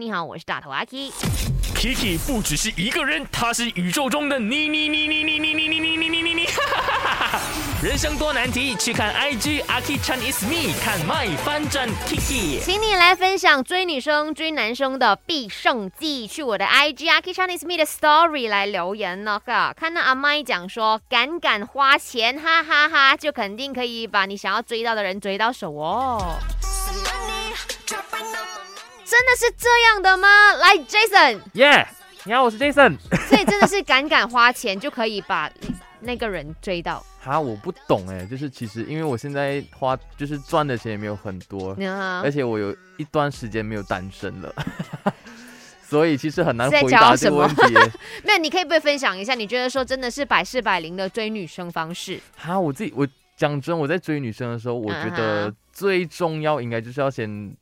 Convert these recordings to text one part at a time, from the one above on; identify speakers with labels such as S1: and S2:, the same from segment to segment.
S1: 你好，我是大头阿 K。
S2: Kiki 不只是一个人，他是宇宙中的你你你你你你你你你你你你你。 人生多难题，去看 IG Aki Chan is me，看 my 翻转 Kiki。
S1: 请你来分享追女生、追男生的必胜技，去我的 IG a k i Chinese Me 的 Story 来留言那个。看到阿麦讲说，敢敢花钱，哈哈哈就肯定可以把你想要追到的人追到手哦。真的是这样的吗？来，Jason，
S3: 耶！你好，我是 Jason。
S1: 所以真的是敢敢花钱就可以把那个人追到。
S3: 哈，我不懂哎，就是其实因为我现在花就是赚的钱也没有很多，
S1: 那
S3: 而且我有一段时间没有单身了， 所以其实很难
S1: 在
S3: 回
S1: 骄傲
S3: 答
S1: 什
S3: 这个
S1: 么
S3: 问题。欸
S1: 那你可以不可以分享一下，你觉得说真的是百试百灵的追女生方式？
S3: 哈，我自己我讲真，我在追女生的时候，我觉
S1: 嗯
S3: 得最重要应该就是要先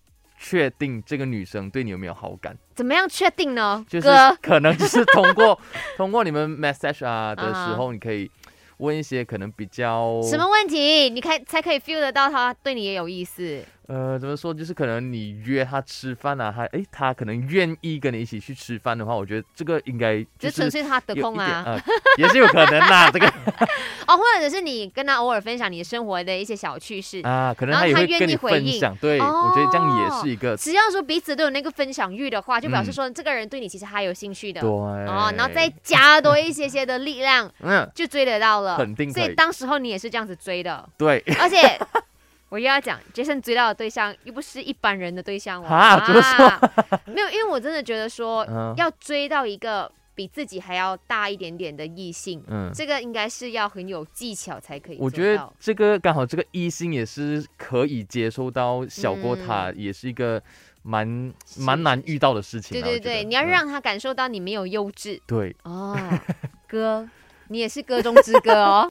S3: 确定这个女生对你有没有好感，
S1: 怎么样确定呢？
S3: 就是
S1: 哥，
S3: 可能就是通过通过你们 message 啊的时候，你可以问一些可能比较
S1: 嗯什么问题？你看才可以 feel 得到他对你也有意思。
S3: 呃，怎么说？就是可能你约他吃饭啊，他诶，他可能愿意跟你一起去吃饭的话，我觉得这个应该
S1: 就
S3: 就是
S1: 纯粹他得
S3: 有
S1: 空
S3: 一点
S1: 啊，
S3: 呃也是有可能啦。这个
S1: 哦，或者是你跟他偶尔分享你的生活的一些小趣事，
S3: 啊，可能
S1: 然后
S3: 也
S1: 他
S3: 会
S1: 愿
S3: 跟
S1: 意
S3: 你
S1: 回
S3: 分
S1: 应
S3: 享。对，我觉得这样也
S1: 哦
S3: 是一个
S1: 只要说彼此都有那个分享欲的话，就表示
S3: 嗯
S1: 说这个人对你其实还有兴趣的。
S3: 对
S1: 哦，然后再加多一些些的力量，
S3: 嗯，
S1: 就追得到了。
S3: 肯定
S1: 所
S3: 可
S1: 以
S3: 以。
S1: 当时候你也是这样子追 的，
S3: 对，
S1: 而且我又要讲，Jason 追到的对象又不是一般人的对象哦。
S3: 啊怎么说
S1: 啊没有，因为我真的觉得说，
S3: 嗯
S1: 要追到一个比自己还要大一点点的异性，
S3: 嗯，
S1: 这个应该是要很有技巧才可以做到。
S3: 我觉得这个刚好这个一星也是可以接受到小过他，也是一个蛮蛮
S1: 嗯是
S3: 难遇到的事情
S1: 对
S3: 啊。
S1: 对
S3: 我觉
S1: 对，
S3: 得
S1: 你要
S3: 嗯
S1: 让他 感受到你没有幼稚
S3: 对。
S1: 哦，哥，你也是歌中之歌哦。